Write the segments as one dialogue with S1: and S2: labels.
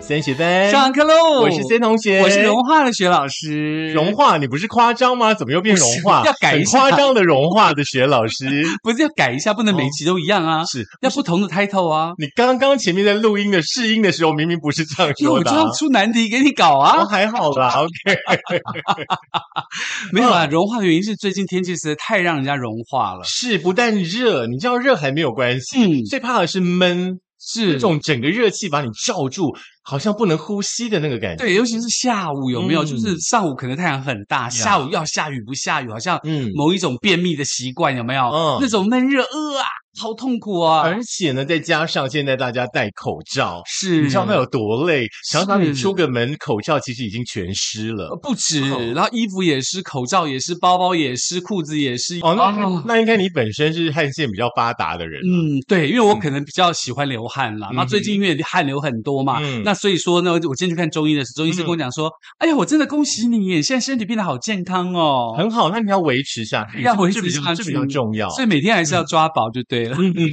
S1: 森学分，
S2: 上课喽！
S1: 我是森同学，
S2: 我是融化的学老师。
S1: 融化，你不是夸张吗？怎么又变融化？
S2: 不是要改一
S1: 很
S2: 下
S1: 夸张的融化的学老师。
S2: 不是要改一下，不能每一集都一样啊，
S1: 是
S2: 要不同的 title 啊。
S1: 你刚刚前面在录音的试音的时候，明明不是这样
S2: 因
S1: 说
S2: 为我
S1: 的
S2: 就
S1: 啊、
S2: 要出难题给你搞
S1: 哦
S2: 啊，
S1: 还好啦，OK。
S2: 没有啊，融化的原因是最近天气实在太让人家融化了，
S1: 是不但热，你知道热还没有关系，
S2: 嗯
S1: 最怕的是闷，
S2: 是
S1: 这种整个热气把你罩住，好像不能呼吸的那个感觉。
S2: 对，尤其是下午有没有？
S1: 嗯
S2: 就是上午可能太阳很大，下午要下雨不下雨，好像
S1: 嗯
S2: 某一种便秘的习惯有没有？
S1: 嗯
S2: 那种闷热，呃啊，好痛苦啊！
S1: 而且呢，再加上现在大家戴口罩，
S2: 是，
S1: 你知道那有多累？常常你
S2: 是
S1: 出个门，口罩其实已经全湿了
S2: 呃。不止
S1: 哦，
S2: 然后衣服也是，口罩也是，包包也是，裤子也是。
S1: 哦，那、
S2: 啊
S1: 那应该你本身是汗腺比较发达的人，
S2: 嗯，对，因为我可能比较喜欢流汗啦，
S1: 嗯
S2: 那、最近因为汗流很多嘛，
S1: 嗯
S2: 那所以说呢，我今天去看中医的时候，中医师跟我讲说，哎呀，我真的恭喜你耶，现在身体变得好健康哦，
S1: 很好，那你要维持下去，
S2: 要
S1: 这
S2: 维
S1: 这
S2: 持
S1: 比较
S2: 下
S1: 这
S2: 去
S1: 比较重要。
S2: 所以每天还是要抓饱就对了。
S1: 嗯嗯，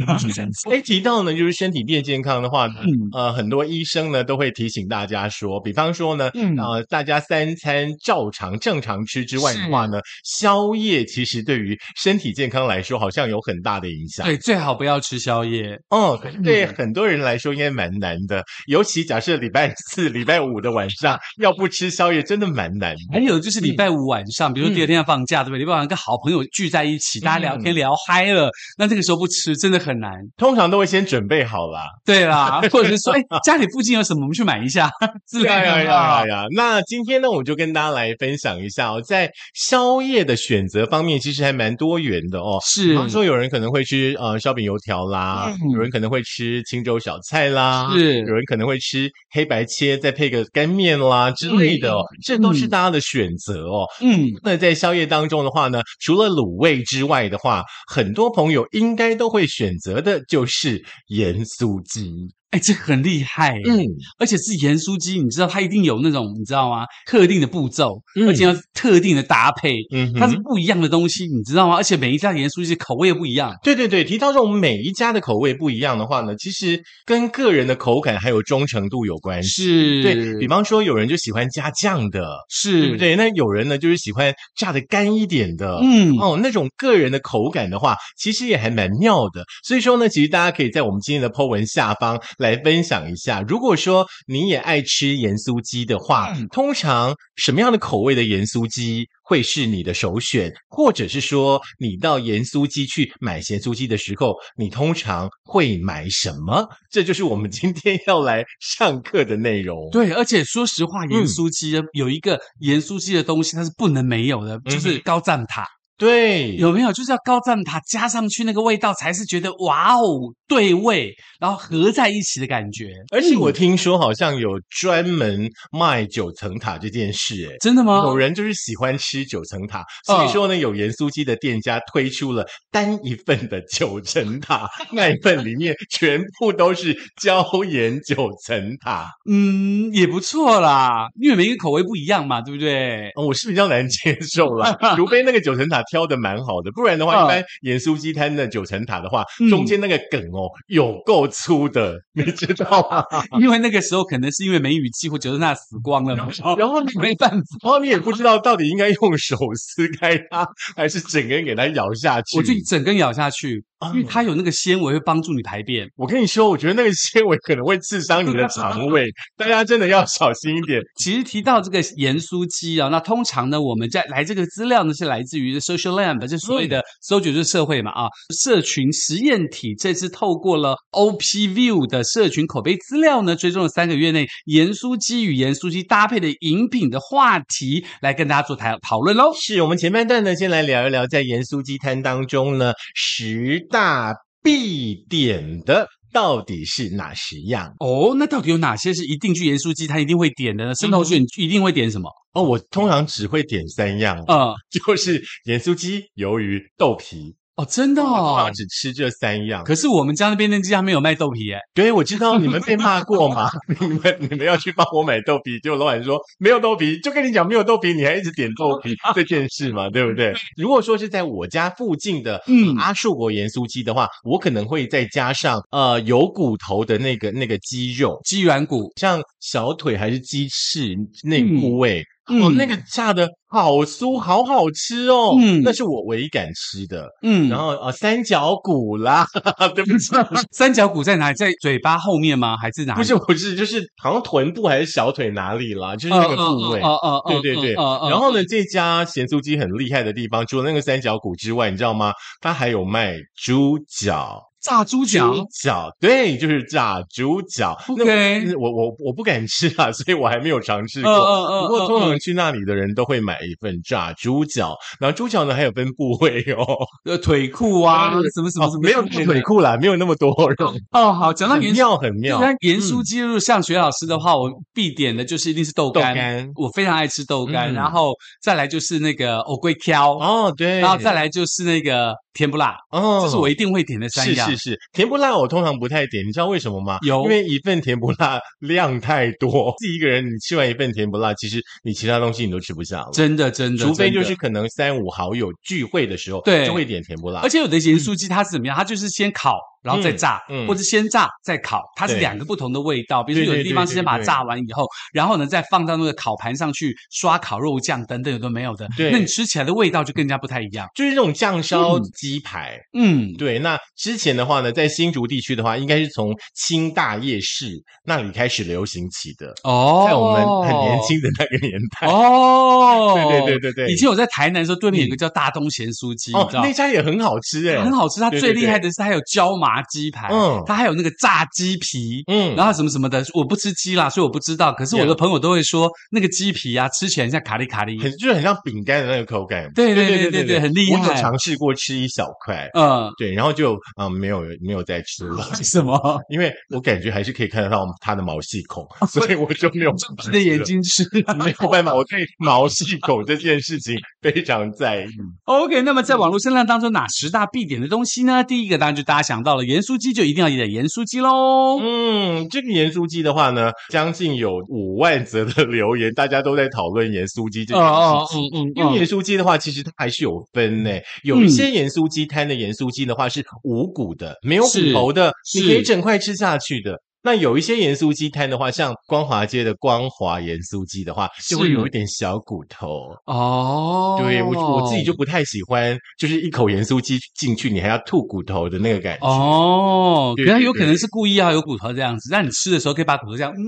S1: 哎，提到呢，就是身体变健康的话，
S2: 嗯
S1: 呃，很多医生呢都会提醒大家说，比方说呢，
S2: 嗯
S1: 呃，大家三餐照常正常吃之外的
S2: 是
S1: 话呢，宵夜其实对于身体健康来说，好像有很大的影响。
S2: 对，最好不要吃宵夜。
S1: 哦，对
S2: 嗯
S1: 很多人来说应该蛮难的，尤其假设礼拜四、礼拜五的晚 上要不吃宵夜，真的蛮难的。
S2: 还有就是礼拜五晚上，
S1: 嗯
S2: 比如说第二天要放假，对不对？礼拜五晚上跟好朋友聚在一起，大家
S1: 嗯
S2: 聊天聊嗨了，那这个时候不吃真的很难。
S1: 通常都会先准备好啦。
S2: 对啦，或者是说，哎，家里附近有什么，我们去买一下 之类
S1: 呀呀
S2: 的啊
S1: 呀
S2: 嘛。
S1: 呀！那今天呢，我就跟大家来分享一下哦，在宵夜的选择方面，其实还蛮多元的哦。比
S2: 是，
S1: 方说，有人可能会吃呃烧饼油条啦，
S2: 嗯
S1: 有人可能会吃青州小菜啦，
S2: 是
S1: 有人可能会吃黑白切，再配个干面啦之类的哦，这都是
S2: 嗯
S1: 大家的选择哦。
S2: 嗯，
S1: 那在宵夜当中的话呢，除了卤味之外的话，很多朋友应该都会选择的就是盐酥鸡。
S2: 哎，这很厉害。
S1: 嗯，
S2: 而且是盐酥鸡，你知道它一定有那种你知道吗？特定的步骤，
S1: 嗯
S2: 而且要特定的搭配，
S1: 嗯哼
S2: 它是不一样的东西，你知道吗？而且每一家盐酥鸡口味也不一样。
S1: 对对对，提到这种每一家的口味不一样的话呢，其实跟个人的口感还有忠诚度有关系。
S2: 是，
S1: 对比方说，有人就喜欢加酱的，
S2: 是，
S1: 对不？对？那有人呢，就是喜欢炸的干一点的，
S2: 嗯，
S1: 哦，那种个人的口感的话，其实也还蛮妙的。所以说呢，其实大家可以在我们今天的 po 文下方来分享一下，如果说你也爱吃盐酥鸡的话，
S2: 嗯
S1: 通常什么样的口味的盐酥鸡会是你的首选，或者是说你到盐酥鸡去买咸酥鸡的时候，你通常会买什么？这就是我们今天要来上课的内容。
S2: 对，而且说实话，
S1: 嗯
S2: 盐酥鸡的有一个盐酥鸡的东西，它是不能没有的，就
S1: 嗯
S2: 是
S1: 哼
S2: 高赞塔，
S1: 对，
S2: 有没有？就是要高赞塔加上去那个味道，才是觉得哇哦对味，然后合在一起的感觉。
S1: 而且我
S2: 嗯
S1: 听说好像有专门卖九层塔这件事、哎诶
S2: 真的吗？
S1: 有人就是喜欢吃九层塔，所以
S2: 嗯
S1: 说呢，有盐酥鸡的店家推出了单一份的九层塔，那一份里面全部都是椒盐九层塔。
S2: 嗯，也不错啦，因为每一个口味不一样嘛，对 不对？
S1: 哦我是比较难接受 啦，除非那个九层塔挑的蛮好的，不然的话，
S2: 嗯
S1: 一般盐酥鸡摊的九层塔的话，
S2: 嗯
S1: 中间那个梗哦，有够粗的，你知道 吗？
S2: 因为那个时候可能是因为梅雨季或者是那死光了嘛，
S1: 然后
S2: 没办法。
S1: 然后你也不知道到底应该用手撕开它，还是整根给它咬下去。
S2: 我就整根咬下去，
S1: 啊
S2: 因为它有那个纤维会帮助你排便。
S1: 我跟你说，我觉得那个纤维可能会刺伤你的肠胃，大家真的要小心一点。
S2: 其实提到这个盐酥鸡啊，那通常呢，我们在来这个资料呢是来自于 Social Lab，就是所谓的搜九就是社会嘛啊，社群实验体这次透过了 OPView 的社群口碑资料呢，追踪了三个月内盐酥鸡与盐酥鸡搭配的饮品的话题，来跟大家做谈讨论喽。
S1: 是我们前半段呢，先来聊一聊在盐酥鸡摊当中呢，十大必点的到底是哪十样？
S2: 哦，那到底有哪些是一定去盐酥鸡他一定会点的呢？生头卷一定会点什么？
S1: 哦，我通常只会点三样，
S2: 呃，
S1: 就是盐酥鸡、鱿鱼、豆皮。
S2: 哦，真的
S1: 我通
S2: 哦
S1: 常。只吃这三样。
S2: 可是我们家那边那鸡它没有卖豆皮耶，
S1: 对，我知道你们被 骂过嘛，你们你们要去帮我买豆皮，结果老板说没有豆皮，就跟你讲没有豆皮，你还一直点豆皮这件事嘛，对不对？如果说是在我家附近的
S2: 嗯
S1: 阿树国盐酥鸡的话，我可能会再加上呃有骨头的那个那个鸡肉，
S2: 鸡软骨，
S1: 像小腿还是鸡翅那
S2: 嗯
S1: 部位，
S2: 嗯
S1: 哦，那个炸的好酥，好好吃哦，
S2: 嗯
S1: 那是我唯一敢吃的。
S2: 嗯，
S1: 然后呃三角骨啦， 对不起。
S2: 三角骨在哪里？在嘴巴后面吗？还是哪里？
S1: 不是不是，就是好像臀部还是小腿哪里啦，就是
S2: 呃
S1: 那个部位。
S2: 哦
S1: 对对对，然后呢，这家咸酥鸡很厉害的地方，除了那个三角骨之外，你知道吗？它还有卖猪脚，
S2: 炸猪
S1: 猪
S2: 脚，
S1: 脚，对，就是炸猪脚。那
S2: OK
S1: 那我我我不敢吃啊，所以我还没有尝试
S2: 嗯
S1: 过。
S2: 嗯嗯，
S1: 不过通常去那里的人都会买一份炸猪脚，然后猪脚呢还有分部位哦，
S2: 呃腿裤啊，什么什么什么，
S1: 没有腿裤啦，没有那么多肉，
S2: 哦。好，讲到
S1: 很
S2: 盐酥，
S1: 妙很妙。
S2: 那盐酥鸡肉像学老师的话，我必点的就是一定是豆
S1: 豆
S2: 干，
S1: 干
S2: 我非常爱吃豆干，
S1: 嗯
S2: 然后再来就是那个藕桂挑，
S1: 哦，对，
S2: 然后再来就是那个甜不辣，
S1: 哦，
S2: 这是我一定会点的三
S1: 是
S2: 样
S1: 是。是，甜不辣我通常不太点，你知道为什么吗？
S2: 有
S1: 因为一份甜不辣 量太多，自己一个人你吃完一份甜不辣，其实你其他东西你都吃不下了，
S2: 真的真的，
S1: 除非
S2: 真的
S1: 就是可能三五好友聚会的时候，
S2: 对
S1: 就会点甜不辣
S2: 而。且有的盐酥鸡它是怎么样？它就是先烤，然后再炸，
S1: 嗯嗯
S2: 或者先炸再烤，它是
S1: 对
S2: 两个不同的味道。比如说有
S1: 对对
S2: 的地方
S1: 对
S2: 是
S1: 对
S2: 先把它
S1: 对
S2: 炸完以后，然后呢再放到那个烤盘上去刷烤肉酱等等，有的没有的。
S1: 对
S2: 那你吃起来的味道就更加不太一样。
S1: 就是那种酱烧
S2: 嗯
S1: 鸡排，
S2: 嗯，
S1: 对。那之前的话呢，在新竹地区的话，应该是从清大夜市那里开始流行起的，
S2: 哦，
S1: 在我们很年。轻的那个年代。
S2: 哦，
S1: 对对对对对
S2: 以前我在台南的时候，对面有个叫大东咸酥鸡，你
S1: 哦，
S2: 知道吗
S1: 那？家也很好吃哎，
S2: 很好吃，它
S1: 对
S2: 最
S1: 对
S2: 厉害
S1: 对
S2: 的是它有椒麻鸡排，
S1: 嗯
S2: 它还有那个炸鸡皮，
S1: 嗯，
S2: 然后什么什么的，我不吃鸡啦，所以我不知道。可是我的
S1: Yeah
S2: 朋友都会说，那个鸡皮啊，吃起来像卡里卡里。
S1: 很就是很像饼干的那个口感。
S2: 对对对对对很厉
S1: 我有
S2: 害
S1: 尝试过吃一小块，
S2: 嗯，
S1: 对，然后就嗯没有没有再吃了，
S2: 为 什么？
S1: 因为我感觉还是可以看得到它的毛细孔，
S2: 哦
S1: 所以我就 没有把它
S2: 你的
S1: 吃
S2: 眼
S1: 了。
S2: 睛吃。
S1: 没有办法，我对毛细孔这件事情非常在意。
S2: OK，那么在网络声浪当中，哪十大必点的东西呢？第一个当然就大家想到了盐酥鸡，就一定要点盐酥鸡喽。
S1: 嗯，这个盐酥鸡的话呢，将近有五万则的留言，大家都在讨论盐酥鸡这
S2: 哦
S1: 件事情。
S2: 哦嗯嗯，
S1: 因为
S2: 嗯
S1: 盐酥鸡的话，其实它还是有分呢。有一些盐酥鸡摊的盐酥鸡的话是无骨的，没有骨
S2: 是
S1: 头的，你
S2: 是
S1: 可以整块吃下去的。那有一些盐酥鸡摊的话，像光华街的光华盐酥鸡的话，就会
S2: 是
S1: 有一点小骨头。
S2: 哦，
S1: 对我我自己就不太喜欢，就是一口盐酥鸡进去，你还要吐骨头的那个感觉。
S2: 哦，
S1: 对
S2: 原来
S1: 对
S2: 有可
S1: 对
S2: 能是故意要有骨头这样子，让你吃的时候可以把骨头这样嗯，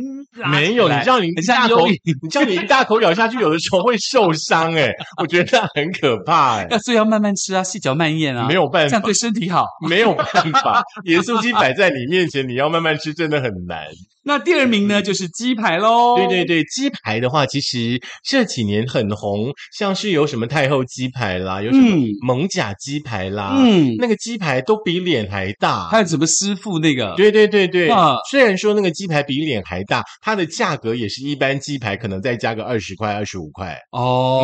S2: 拉
S1: 没
S2: 起
S1: 有，你
S2: 来
S1: 知道你
S2: 很
S1: 一
S2: 像
S1: 大
S2: 幽
S1: 口
S2: 灵，
S1: 你知道你一大口咬下去，有的时候会受伤哎、我觉得很可怕 哎、
S2: 要所以要慢慢吃啊，细嚼慢咽啊，
S1: 没有办
S2: 这
S1: 法
S2: 样，对身体好。
S1: 没有办法，盐酥鸡摆在你面前，你要慢慢吃，真的很难。
S2: 那第二名呢，就是鸡排喽。
S1: 嗯对对对，鸡排的话，其实这几年很红，像是有什么太后鸡排啦，有什么
S2: 嗯
S1: 蒙甲鸡排啦，
S2: 嗯，
S1: 那个鸡排都比脸还大。
S2: 还有什么师傅那个？
S1: 对对对对
S2: 啊，
S1: 虽然说那个鸡排比脸还大，它的价格也是一般鸡排可能再加个二十块、二十五块，
S2: 哦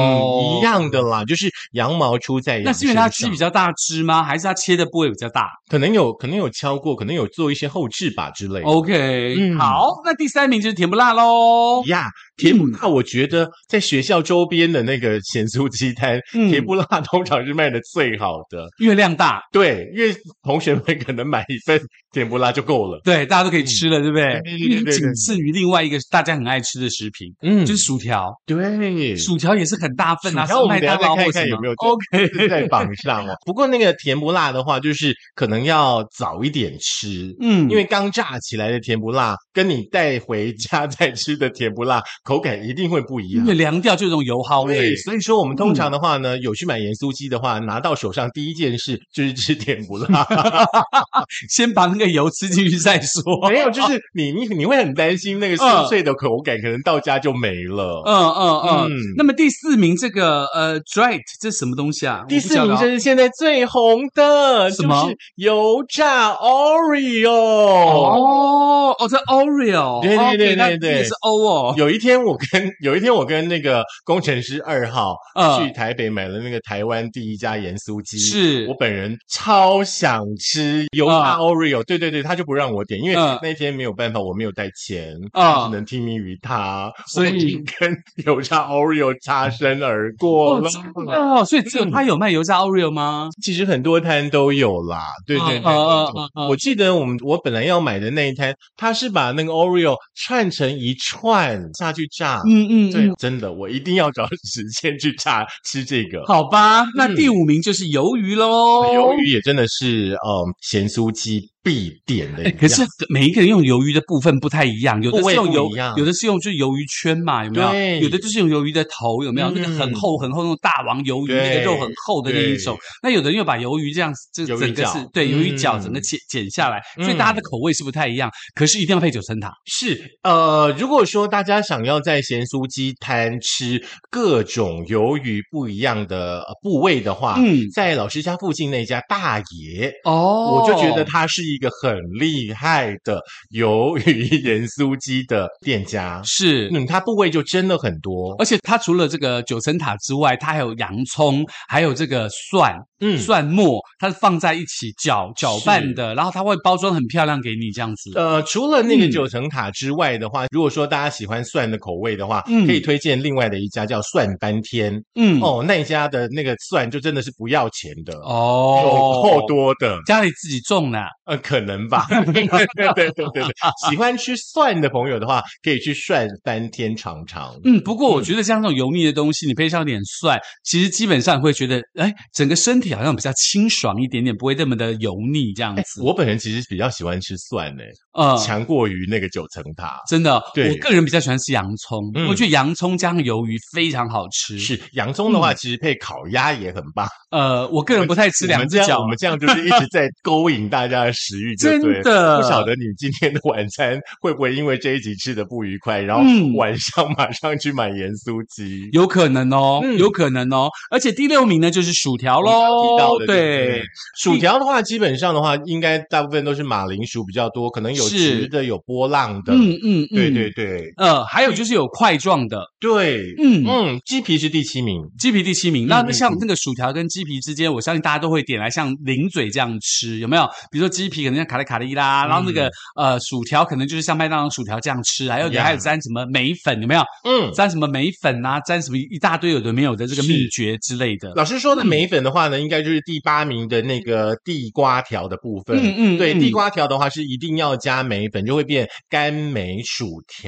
S1: 嗯，，一。样的啦，就是羊毛出在
S2: 那
S1: 羊
S2: 是因为它
S1: 身
S2: 鸡
S1: 上
S2: 比。较大只吗？还是它切的部位比较大
S1: 可能有可能有敲过，可能有做一些后置吧之类的。
S2: ？OK，、
S1: 嗯
S2: 好，那第三名就是甜不辣喽。
S1: 呀，甜不
S2: 嗯
S1: 辣，我觉得在学校周边的那个咸酥鸡摊，
S2: 嗯
S1: 甜不辣通常是卖的最好的。
S2: 月亮大，
S1: 对，因为同学们可能买一份甜不辣就够了。
S2: 对，大家都可以吃了，对不对？
S1: 嗯对对对
S2: 因为
S1: 对对
S2: 仅次于另外一个大家很爱吃的食品，
S1: 嗯
S2: 就是薯条。
S1: 对
S2: 薯条也是很大份啊，
S1: 薯条我
S2: 是
S1: 们
S2: 麦
S1: 等一
S2: 当
S1: 下再看
S2: 劳或
S1: 一
S2: 什
S1: 看
S2: 么
S1: 有没有
S2: OK，
S1: 在榜上 哦。不过那个甜不辣的话，就是可能要早一点吃。
S2: 嗯，
S1: 因为刚炸起来的甜不辣，跟你带回家再吃的甜不辣，口感一定会不一
S2: 因
S1: 样
S2: 为。凉掉就有一种油耗味
S1: 对，。所以说我们通
S2: 嗯
S1: 常的话呢，有去买盐酥鸡的话，拿到手上第一件事就是吃甜不辣。
S2: 先把那个油吃进去再说。
S1: 没有，就是哦你你你会很担心那个酥脆的口感，可能到家就没了。
S2: 嗯嗯嗯
S1: 嗯。
S2: 那么第四名这个呃 dried 这是什么东西啊？
S1: 第四
S2: 我
S1: 名
S2: 不晓
S1: 就
S2: 得哦
S1: 是现在最红的，
S2: 什
S1: 就
S2: 么
S1: 是油炸 Oreo。
S2: 哦哦，哦，这 Oreo，哦
S1: 对对对
S2: OK，那
S1: 对对
S2: 也是 O 哦，
S1: 有一天我跟有一天我跟那个工程师二号
S2: 嗯
S1: 去台北买了那个台湾第一家盐酥鸡，
S2: 是
S1: 我本人超想吃油炸
S2: 嗯
S1: Oreo，、对对对，他就不让我点，因为
S2: 嗯
S1: 那天没有办法，我没有带钱，
S2: 嗯
S1: 只能听命于他，
S2: 所以
S1: 我已经跟油炸 Oreo 擦身而过
S2: 哦
S1: 了。，
S2: 真的哦，所以
S1: 嗯
S2: 只有他有卖油炸 Oreo 吗？
S1: 其实很多摊都有啦，对对对对对
S2: 嗯嗯嗯嗯
S1: 我记得我们我本来要买的那一摊，他是把那个 Oreo 串成一串下去炸，
S2: 嗯嗯，
S1: 对
S2: 嗯，，
S1: 真的，我一定要找时间去查吃这个。
S2: 好哦吧，那
S1: 嗯啊
S2: 第五名就是鱿鱼喽，
S1: 鱿鱼也真的是，嗯，咸酥鸡必点的一
S2: 哎，
S1: 样。
S2: 可是每一个人用鱿鱼的部分不太一样，有的
S1: 部位
S2: 是用
S1: 不
S2: 鱿
S1: 一样，
S2: 有的是用就是鱿鱼圈嘛，有没有？
S1: 对
S2: 有的就是用鱿鱼的头，有没有？
S1: 嗯
S2: 那个很厚很厚那种大王鱿鱼，
S1: 对
S2: 那个肉很厚的那一种
S1: 对。
S2: 那有的人又把鱿鱼这样子，这
S1: 鱿鱼
S2: 整个是
S1: 角
S2: 对鱿鱼角
S1: 嗯
S2: 整个剪剪下来，所以
S1: 嗯
S2: 大家的口味是不太一样。可是一定要配九层塔，
S1: 是，呃，如果说大家想要在咸酥鸡摊吃各种鱿鱼不一样的呃部位的话，
S2: 嗯
S1: 在老师家附近那家大爷。
S2: 哦
S1: 我就觉得他是一个很厉害的鱿鱼 盐酥鸡的店家，
S2: 是。
S1: 嗯，他部位就真的很多，
S2: 而且它除了这个九层塔之外，它还有洋葱，还有这个蒜、
S1: 嗯，
S2: 蒜末，它是放在一起搅搅
S1: 是
S2: 拌的，然后它会包装很漂亮给你这样子。
S1: 呃，除了那个
S2: 嗯
S1: 九层塔之外的话，如果说大家喜欢蒜的口味的话，
S2: 嗯
S1: 可以推荐另外的一家叫蒜翻天、
S2: 嗯，
S1: 哦，那一家的那个蒜就真的是不要钱的，
S2: 哦
S1: 有，够多的，
S2: 家里自己种的，
S1: 呃，可能 吧。对对对对对对，喜欢吃蒜的朋友的话，可以去蒜翻天尝尝。
S2: 嗯，不过我觉得像这种油腻的东西，你配上点蒜，其实基本上会觉得，哎，整个身体好像比较清爽一点点，不会那么的油腻这样子。
S1: 哎我本人其实比较喜欢吃蒜诶、
S2: 呃
S1: 哎强过于那个九层塔。
S2: 真的，
S1: 对
S2: 我个人比较喜欢吃洋葱，
S1: 嗯
S2: 我觉得洋葱加上鱿鱼非常好吃。，
S1: 是洋葱的话，其实配烤鸭也很棒。
S2: 呃，我个人不太嗯吃
S1: 我
S2: 两
S1: 们这
S2: 只
S1: 样，
S2: 脚
S1: 我，们这样就是一直在勾引大家的食欲就对了，
S2: 真的
S1: 不晓得你今天的晚餐会不会因为这一集吃的不愉快，然后
S2: 嗯
S1: 晚上马上去买盐酥鸡。
S2: 有可能哦，
S1: 嗯哦
S2: 有可能哦。而且第六名呢就是薯条
S1: 我们刚刚提到
S2: 喽，
S1: 的
S2: 哦对，，
S1: 薯条的话，基本上的话，应该大部分都是马铃薯比较多，可能有
S2: 是
S1: 直的，有波浪的。
S2: 嗯嗯嗯，
S1: 对对。对
S2: 呃，还有就是有块状的，
S1: 对，
S2: 嗯
S1: 嗯，鸡皮是第七名，
S2: 鸡皮第七名。那
S1: 嗯嗯
S2: 像那个薯条跟鸡皮之间，我相信大家都会点来像零嘴这样吃，有没有？比如说鸡皮可能像卡利卡利啦，
S1: 嗯
S2: 然后那个呃薯条可能就是像麦当劳薯条这样吃，还有
S1: 呀
S2: 还有沾什么梅粉，有没有？
S1: 嗯。
S2: 沾什么梅粉啊，沾什么一大堆有的没有的这个
S1: 是
S2: 秘诀之类的。
S1: 老师说的梅粉的话呢，应该就是第八名的那个地瓜条的部分。
S2: 嗯嗯
S1: 对，
S2: 嗯
S1: 地瓜条的话是一定要加梅粉，就会变干梅薯条。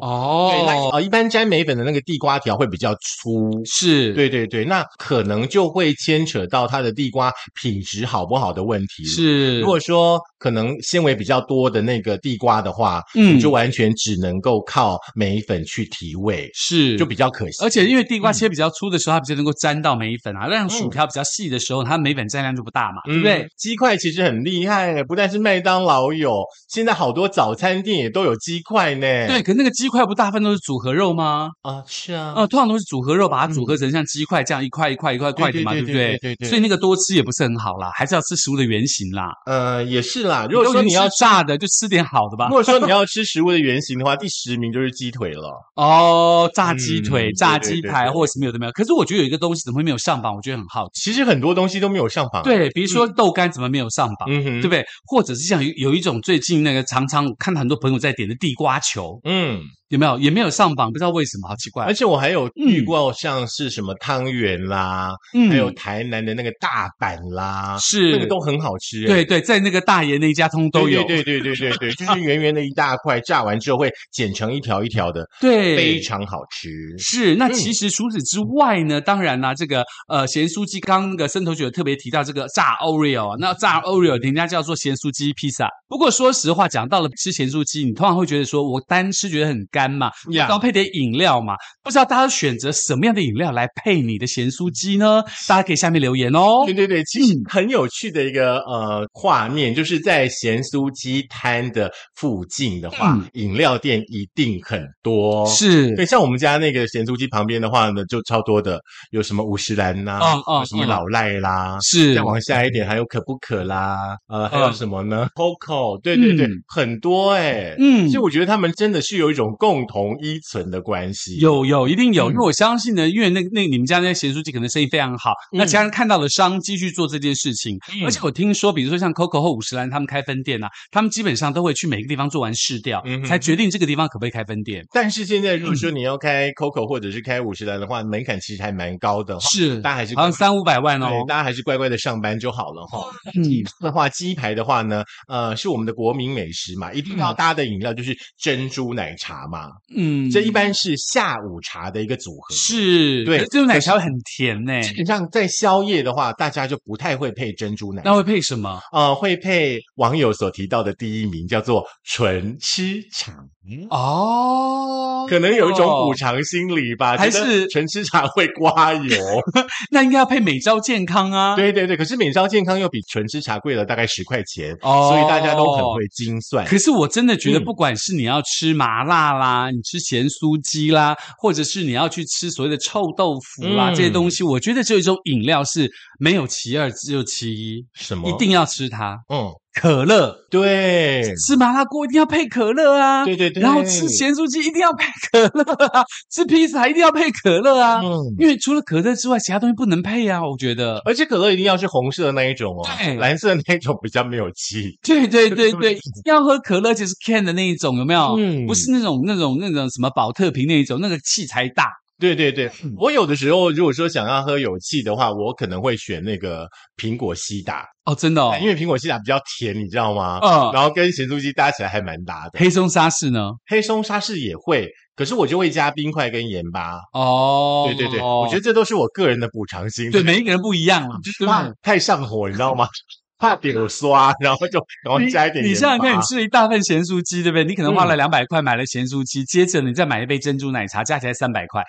S1: 对，那
S2: 哦，
S1: 呃，一般沾梅粉的那个地瓜条会比较粗。
S2: 是，
S1: 对对对，那可能就会牵扯到它的地瓜品质好不好的问题。。
S2: 是，
S1: 如果说可能纤维比较多的那个地瓜的话，
S2: 嗯
S1: 你就完全只能够靠梅粉去提味，
S2: 是
S1: 就比较可惜。嗯
S2: 而且因为地瓜切比较粗的时候，它比较能够沾到梅粉啊；，让薯
S1: 嗯
S2: 条比较细的时候，它梅粉占量就不大嘛，对
S1: 嗯
S2: 不对？，
S1: 鸡块其实很厉害，不但是麦当劳有，现在好多早餐店也都有鸡块呢。
S2: 对，可那个鸡块不大部分都是组合肉吗？
S1: 啊，是啊，
S2: 呃，通常都是组合肉，把它组合成像鸡块这样一块一块一块一块的嘛，
S1: 嗯对
S2: 不
S1: 对
S2: 对
S1: 对对对？对
S2: 所以那个多吃也不是很好啦，还是要吃食物的原型啦。
S1: 呃，也是啦。如果说
S2: 都已
S1: 你
S2: 经
S1: 要
S2: 吃炸的，就吃点好的吧
S1: 如。果 说你要吃食物的原型的话，第十名就是鸡腿了。
S2: 哦，炸鸡
S1: 嗯
S2: 腿、
S1: 对
S2: 炸
S1: 对
S2: 鸡
S1: 对
S2: 排
S1: 对
S2: 或者什么有的没有。可是我觉得有一个东西怎么会没有上榜？我觉得很好奇。
S1: 其实很多东西都没有上榜。，
S2: 对，比如说豆干怎么没有上榜？
S1: 嗯哼，
S2: 对不对？或者是像有有一种最近那个常常看到很多朋友在点的地瓜球，
S1: 嗯，
S2: 有没有？也没有上榜，不知道为什么，好奇怪
S1: 而。且我还有遇过像是什么汤圆啦，
S2: 嗯
S1: 还有台南的那个大阪啦，
S2: 是
S1: 那个都很好吃、欸。
S2: 对对，在那个大爷那一家通
S1: 对。
S2: 都有，
S1: 对对对对对对，就是圆圆的一大块，炸完之后会剪成一条一条的，
S2: 对
S1: 非常好吃。
S2: 是，那
S1: 嗯
S2: 其实除此之外呢，当然啦，这个呃咸酥鸡，刚刚那个森同学有特别提到这个炸 Oreo，啊那炸 Oreo 人家叫做咸酥鸡披萨。不过说实话，讲到了吃咸酥鸡，你通常会觉得说我单吃觉得很干嘛，
S1: 呀
S2: 然后配点饮料嘛。不知道大家选择什么样的饮料来配你的咸酥鸡呢？大家可以下面留言哦
S1: 对。对对，其实很有趣的一个呃画面，就是在咸酥鸡摊的附近的话，
S2: 嗯
S1: 饮料店一定很多。。
S2: 是
S1: 对，像我们家那个咸酥鸡旁边的话呢，就超多的，有什么五十兰呐，
S2: 嗯嗯
S1: 有什么老赖啦，
S2: 是
S1: 再，往下一点还有可不可啦，呃，还有什么呢？Coco，对
S2: 嗯
S1: 对对，很多哎、
S2: 嗯
S1: 所以我觉得他们真的是有一种共同依存的关系。
S2: 有有一定有，
S1: 嗯
S2: 因为我相信呢，因为那那你们家那些咸酥鸡可能生意非常好，
S1: 嗯
S2: 那其他人看到了商机去做这件事情，
S1: 嗯
S2: 而且我听说，比如说像 Coco 或五十岚他们开分店啊，他们基本上都会去每个地方做完试调，
S1: 嗯哼
S2: 才决定这个地方可不可以开分店。
S1: 但是现在如果说你要
S2: 嗯
S1: 开 Coco 或者是开五十兰的话，门槛其实还蛮高的。
S2: 是，
S1: 大家还是
S2: 好像三五百万哦
S1: 对，。大家还是乖乖的上班就好了哈。
S2: 嗯，
S1: 那话鸡排的话呢，呃，是我们的国民美食嘛，一定要搭的饮料就是珍珠奶茶嘛，
S2: 嗯
S1: 这一般是下午茶的一个组合。
S2: 是，
S1: 对
S2: 可是这种奶茶会很甜呢、
S1: 基本上在宵夜的话，大家就不太会配珍珠奶茶
S2: 那，会配什么？
S1: 呃，会配网友所提到的第一名叫做纯吃肠，
S2: 哦，
S1: 可能有一种补
S2: 哦，
S1: 偿心理吧，
S2: 还
S1: 觉得
S2: 是
S1: 纯吃肠会刮 油？
S2: 那应该要配美招健康啊。，
S1: 对对对，可是免烧健康又比纯吃茶贵了大概十块钱，
S2: 哦
S1: 所以大家都很会精算。
S2: 可是我真的觉得，
S1: 哎嗯
S2: 不管是你要吃麻辣啦，你吃咸酥鸡啦，或者是你要去吃所谓的臭豆腐啦，
S1: 嗯
S2: 这些东西，我觉得只有一种饮料是没有其二，只有其一，
S1: 什么？
S2: 一定要吃它。
S1: 嗯，
S2: 可乐，
S1: 对
S2: 吃麻辣锅一定要配可乐啊。
S1: 对对对，
S2: 然后吃咸酥鸡一定要配可乐啊， 吃披萨一定要配可乐啊，
S1: 嗯。
S2: 因为除了可乐之外，其他东西不能配啊。我觉得，
S1: 而且可乐一定要是红色的那一种哦
S2: 对，
S1: 蓝色的那一种比较没有气。
S2: 对对 对对，一定要喝可乐，就是 can 的那一种，有没有？
S1: 嗯
S2: 哦不是那种那种那种什么保特瓶那一种，那个气才大。
S1: 对对对，
S2: 嗯
S1: 我有的时候如果说想要喝有气的话，我可能会选那个苹果西打，
S2: 哦，真的哦，
S1: 哎因为苹果西打比较甜，你知道吗？
S2: 嗯
S1: 然后跟咸酥鸡搭起来还蛮搭的。
S2: 黑松沙士呢？
S1: 黑松沙士也会，可是我就会加冰块跟盐巴。
S2: 哦，
S1: 对对对，我觉得这都是我个人的补偿心理。
S2: 对每一个人不一样嘛，对吧
S1: 怕太上火，你知道吗？ 怕点刷，然后就然后加一点嗯
S2: 你
S1: 盐
S2: 想想看，
S1: 巴
S2: 你吃了一大份咸酥鸡，对不对？你可能花了两百块买了咸酥鸡，接着你再买一杯珍珠奶茶，加起来三百块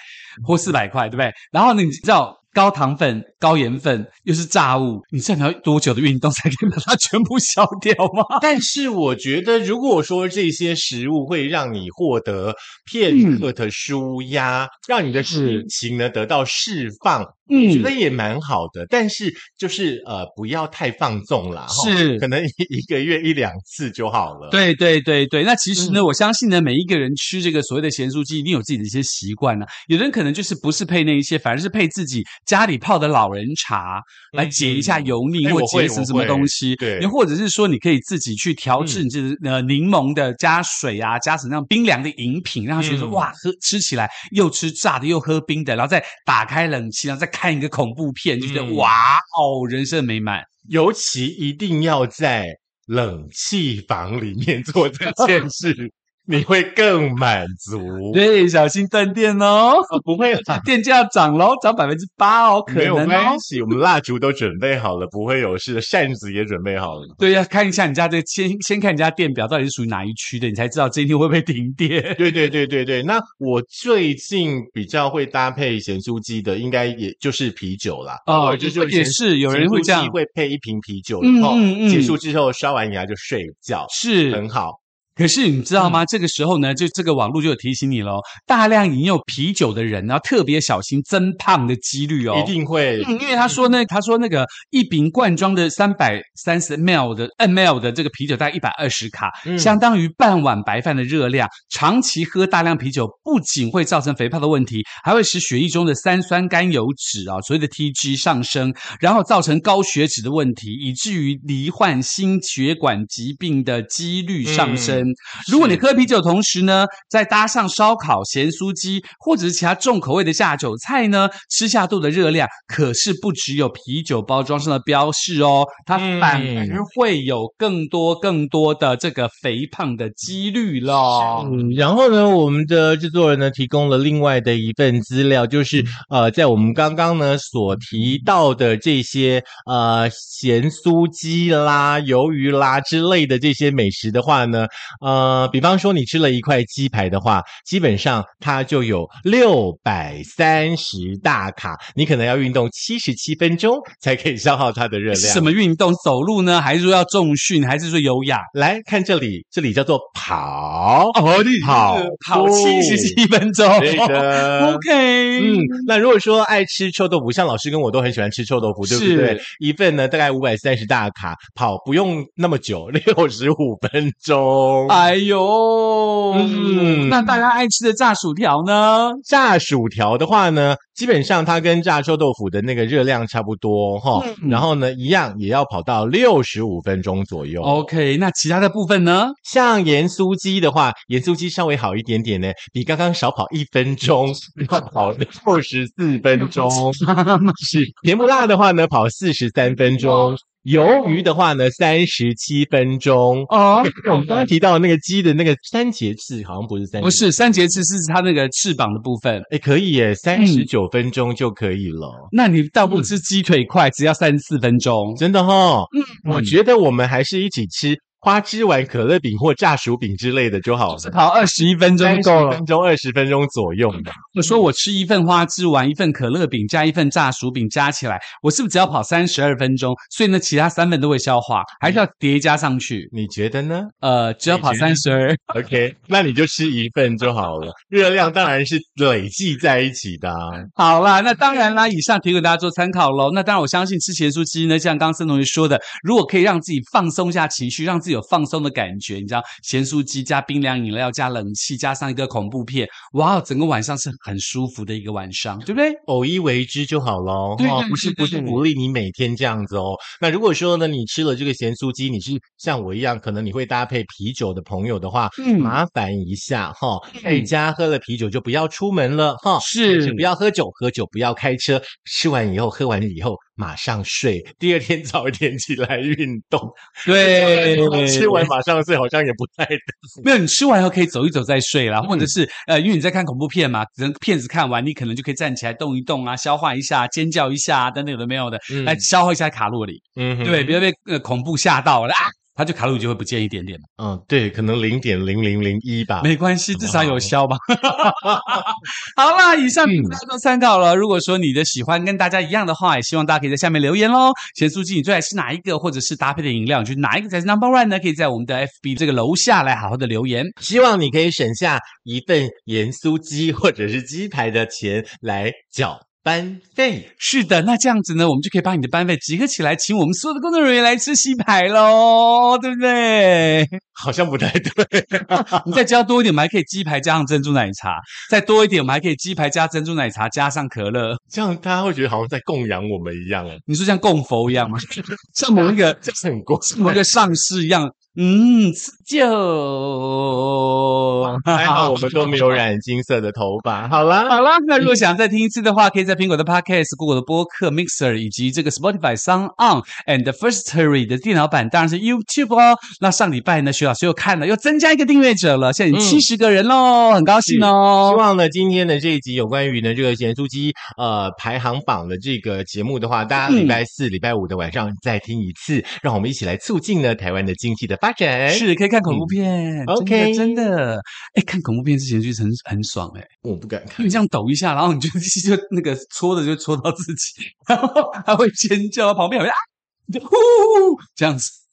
S2: 或四百块，对不对？然后呢，你知道高糖分、高盐分又是炸物，你知道你要多久的运动才可以把它全部消掉吗？
S1: 但是我觉得，如果说这些食物会让你获得
S2: 嗯
S1: 片刻的舒压，让你的心情呢得到释放，我
S2: 嗯
S1: 觉得也蛮好的。但是就是呃，不要太放纵啦，哈
S2: 是
S1: 可能一一个月一两次就好了。。
S2: 对对对对，那其实
S1: 嗯
S2: 呢，我相信呢，每一个人吃这个所谓的咸酥鸡，一定有自己的一些习惯呢、有的人可能就是不是配那一些，反而是配自己家里泡的老人茶来解一下油腻
S1: 嗯哎
S2: 或
S1: 我会
S2: 节省
S1: 我
S2: 什么
S1: 会
S2: 东西。
S1: 对
S2: 你或者是说，你可以自己去调制
S1: 嗯
S2: 你这个呃柠檬的加水啊，加什么样冰凉的饮品，让他觉得说
S1: 嗯
S2: 哇，喝吃起来又吃炸的又喝冰的，然后再打开冷气，然后再看一个恐怖片，就觉得
S1: 嗯
S2: 哇哦，人生美满。
S1: 尤其一定要在冷气房里面做 这件事，你会更满足。
S2: 对，小心断电哦。
S1: 啊，不会 啦，
S2: 电价涨喽，涨百分之八哦，可
S1: 没有
S2: 能哦
S1: 关。系，我们蜡烛都准备好了，不会有事的，扇子也准备好了。
S2: 对呀、看一下你家这个先先看你家电表到底是属于哪一区的，你才知道今天会不会停 电。
S1: 对对对对对，那我最近比较会搭配咸酥鸡的，应该也就是啤酒啦。
S2: 哦，
S1: 就
S2: 就是是也是有人会这样，
S1: 会配一瓶啤酒，
S2: 嗯
S1: 然后
S2: 嗯嗯
S1: 结束之后刷完牙就睡觉，
S2: 是
S1: 很。嗯好。
S2: 可是你知道吗？这个时候呢，就这个网络就有提醒你喽，大量饮用啤酒的人呢，要特别小心增胖的几率哦。
S1: 一定会
S2: 嗯，因为他说呢，他说那个一瓶罐装的三百三十 ml 的呃 ml 的这个啤酒大概一百二十卡，
S1: 嗯
S2: 相当于半碗白饭的热量。长期喝大量啤酒，不仅会造成肥胖的问题，还会使血液中的三酸甘油脂啊，所谓的 TG 上升，然后造成高血脂的问题，以至于罹患心血管疾病的几率
S1: 嗯
S2: 上升。如果你喝啤酒的同时呢，再搭上烧烤、咸酥鸡或者是其他重口味的下酒菜呢，吃下肚的热量可是不只有啤酒包装上的标示哦，它
S1: 嗯
S2: 反而会有更多更多的这个肥胖的几率咯。
S1: 嗯，然后呢，我们的制作人呢提供了另外的一份资料，就是呃，在我们刚刚呢所提到的这些呃咸酥鸡啦、鱿鱼啦之类的这些美食的话呢，呃，比方说你吃了一块鸡排的话，基本上它就有六百三十大卡，你可能要运动七十七分钟才可以消耗它的热量。
S2: 是什么运动？走路呢？还是说要重训？还是说有氧？
S1: 来看这里，这里叫做跑
S2: 哦你
S1: 跑
S2: 跑
S1: 步
S2: 七十七分钟。
S1: 哦对 的
S2: OK，
S1: 嗯，那如果说爱吃臭豆腐，像老师跟我都很喜欢吃臭豆腐，对不
S2: 是
S1: 对？一份呢大概五百三十大卡，跑不用那么久， 六十五分钟。啊
S2: 哎呦，
S1: 嗯
S2: 那大家爱吃的炸薯条呢？
S1: 炸薯条的话呢，基本上它跟炸臭豆腐的那个热量差不多哈、
S2: 嗯
S1: 然后呢，一样也要跑到六十五分钟左右。
S2: OK，那其他的部分呢？
S1: 像盐酥鸡的话，盐酥鸡稍微好一点点呢，比刚刚少跑一分 钟，要跑六十四分钟。 是甜不辣的话呢，跑四十三分钟。鱿鱼的话呢，三十七分钟。
S2: 哦，
S1: 我们刚刚提到那个鸡的那个三节翅，好像不是三节，
S2: 不是三节翅是它那个翅膀的部分。
S1: 哎，可以耶，三十九分钟就可以了。
S2: 那你倒
S1: 嗯
S2: 不如吃鸡腿块，只要三四分钟。
S1: 真的哈、
S2: 嗯
S1: 我觉得我们还是一起吃花枝丸、可乐饼或炸薯饼之类的就好了。
S2: 跑二十一分钟
S1: 三
S2: 就
S1: 十
S2: 够了
S1: 分。钟、二十分钟左右的。
S2: 我说我吃一份花枝丸，一份可乐饼，加一份炸薯饼，加起来，我是不是只要跑三十二分钟？所以呢，其他三份都会消化，还
S1: 嗯
S2: 是要叠加上去。
S1: 你觉得呢
S2: 呃，只要跑
S1: 你觉
S2: 三十二。
S1: ？OK，那你就吃一份就好了。热量当然是累计在一起的、啊。
S2: 好啦，那当然啦，以上提供给大家做参考喽。那当然，我相信吃咸酥鸡呢，像刚刚森同学说的，如果可以让自己放松一下情绪，让自己有放松的感觉，你知道，咸酥鸡加冰凉饮料加冷气，加上一个恐怖片，哇，哦整个晚上是很舒服的一个晚上，对不对？
S1: 偶一为之就好喽，
S2: 对
S1: 哦
S2: 对
S1: 不是
S2: 对
S1: 不是
S2: 对
S1: 鼓励你每天这样子哦。那如果说呢，你吃了这个咸酥鸡，你是像我一样，可能你会搭配啤酒的朋友的话，
S2: 嗯
S1: 麻烦一下哈，在
S2: 嗯
S1: 家喝了啤酒就不要出门了哈，
S2: 是
S1: 不要喝酒，喝酒不要开车，吃完以后喝完以后马上睡，第二天早一点起来运动，
S2: 对，
S1: 吃完马上睡好像也不太
S2: 没有，你吃完以后可以走一走再睡啦，
S1: 嗯
S2: 或者是呃，因为你在看恐怖片嘛，等片子看完，你可能就可以站起来动一动啊，消化一下，尖叫一下啊，等等有的没有的，
S1: 嗯
S2: 来消耗一下卡路里，
S1: 嗯哼
S2: 对，不要被呃恐怖吓到了啊。它就卡路里就会不见一点点了，
S1: 嗯对，可能零点零零零一吧。
S2: 没关系，至少有
S1: 好嗯
S2: 消吧。 好啦，以上给大家做参考了。如果说你的喜欢跟大家一样的话，也希望大家可以在下面留言喽。咸酥鸡你最爱吃哪一个，或者是搭配的饮料，你觉得哪一个才是 number one 呢？可以在我们的 FB 这个楼下来好好的留言。
S1: 希望你可以省下一份盐酥鸡或者是鸡排的钱来缴班费。
S2: 是的，那这样子呢，我们就可以把你的班费集合起来，请我们所有的工作人员来吃西牌喽， 对不 对？
S1: 好像不太对，
S2: 你再加多一点，我们还可以鸡排加上珍珠奶茶；再多一点，我们还可以鸡排加珍珠奶茶加上可乐。
S1: 这样大家会觉得好像在供养我们一样，哎，
S2: 你说像供佛一样吗？ 像某一个
S1: 这样很过
S2: 像某一个上师一样，嗯，吃 就
S1: 还好我们都没有染金色的头发。好啦，
S2: 好啦，那如果想再听一次的话，可以在苹果的 Podcast、Google 的播客 Mixer 以及这个 Spotify、Sound On and Firstory 的电脑版，当然是 YouTube 哦。那上礼拜呢，徐老师又看了，又增加一个订阅者了，现在
S1: 嗯
S2: 七十个人喽，很高兴哦
S1: 希。望呢今天的这一集有关于呢这个咸酥鸡呃排行榜的这个节目的话，大家礼拜四、礼拜五的晚上再听一次，让我们一起来促进呢台湾的经济的发展。
S2: 是可以看恐怖片、
S1: 哎
S2: 真的
S1: 嗯 OK
S2: 真的，哎，看恐怖片之前就是很很爽哎、
S1: 我不敢看
S2: 因。为这样抖一下，然后你就 就那个戳的就戳到自己，然后还会尖叫，旁边好像啊，你就呼呼呼这样子。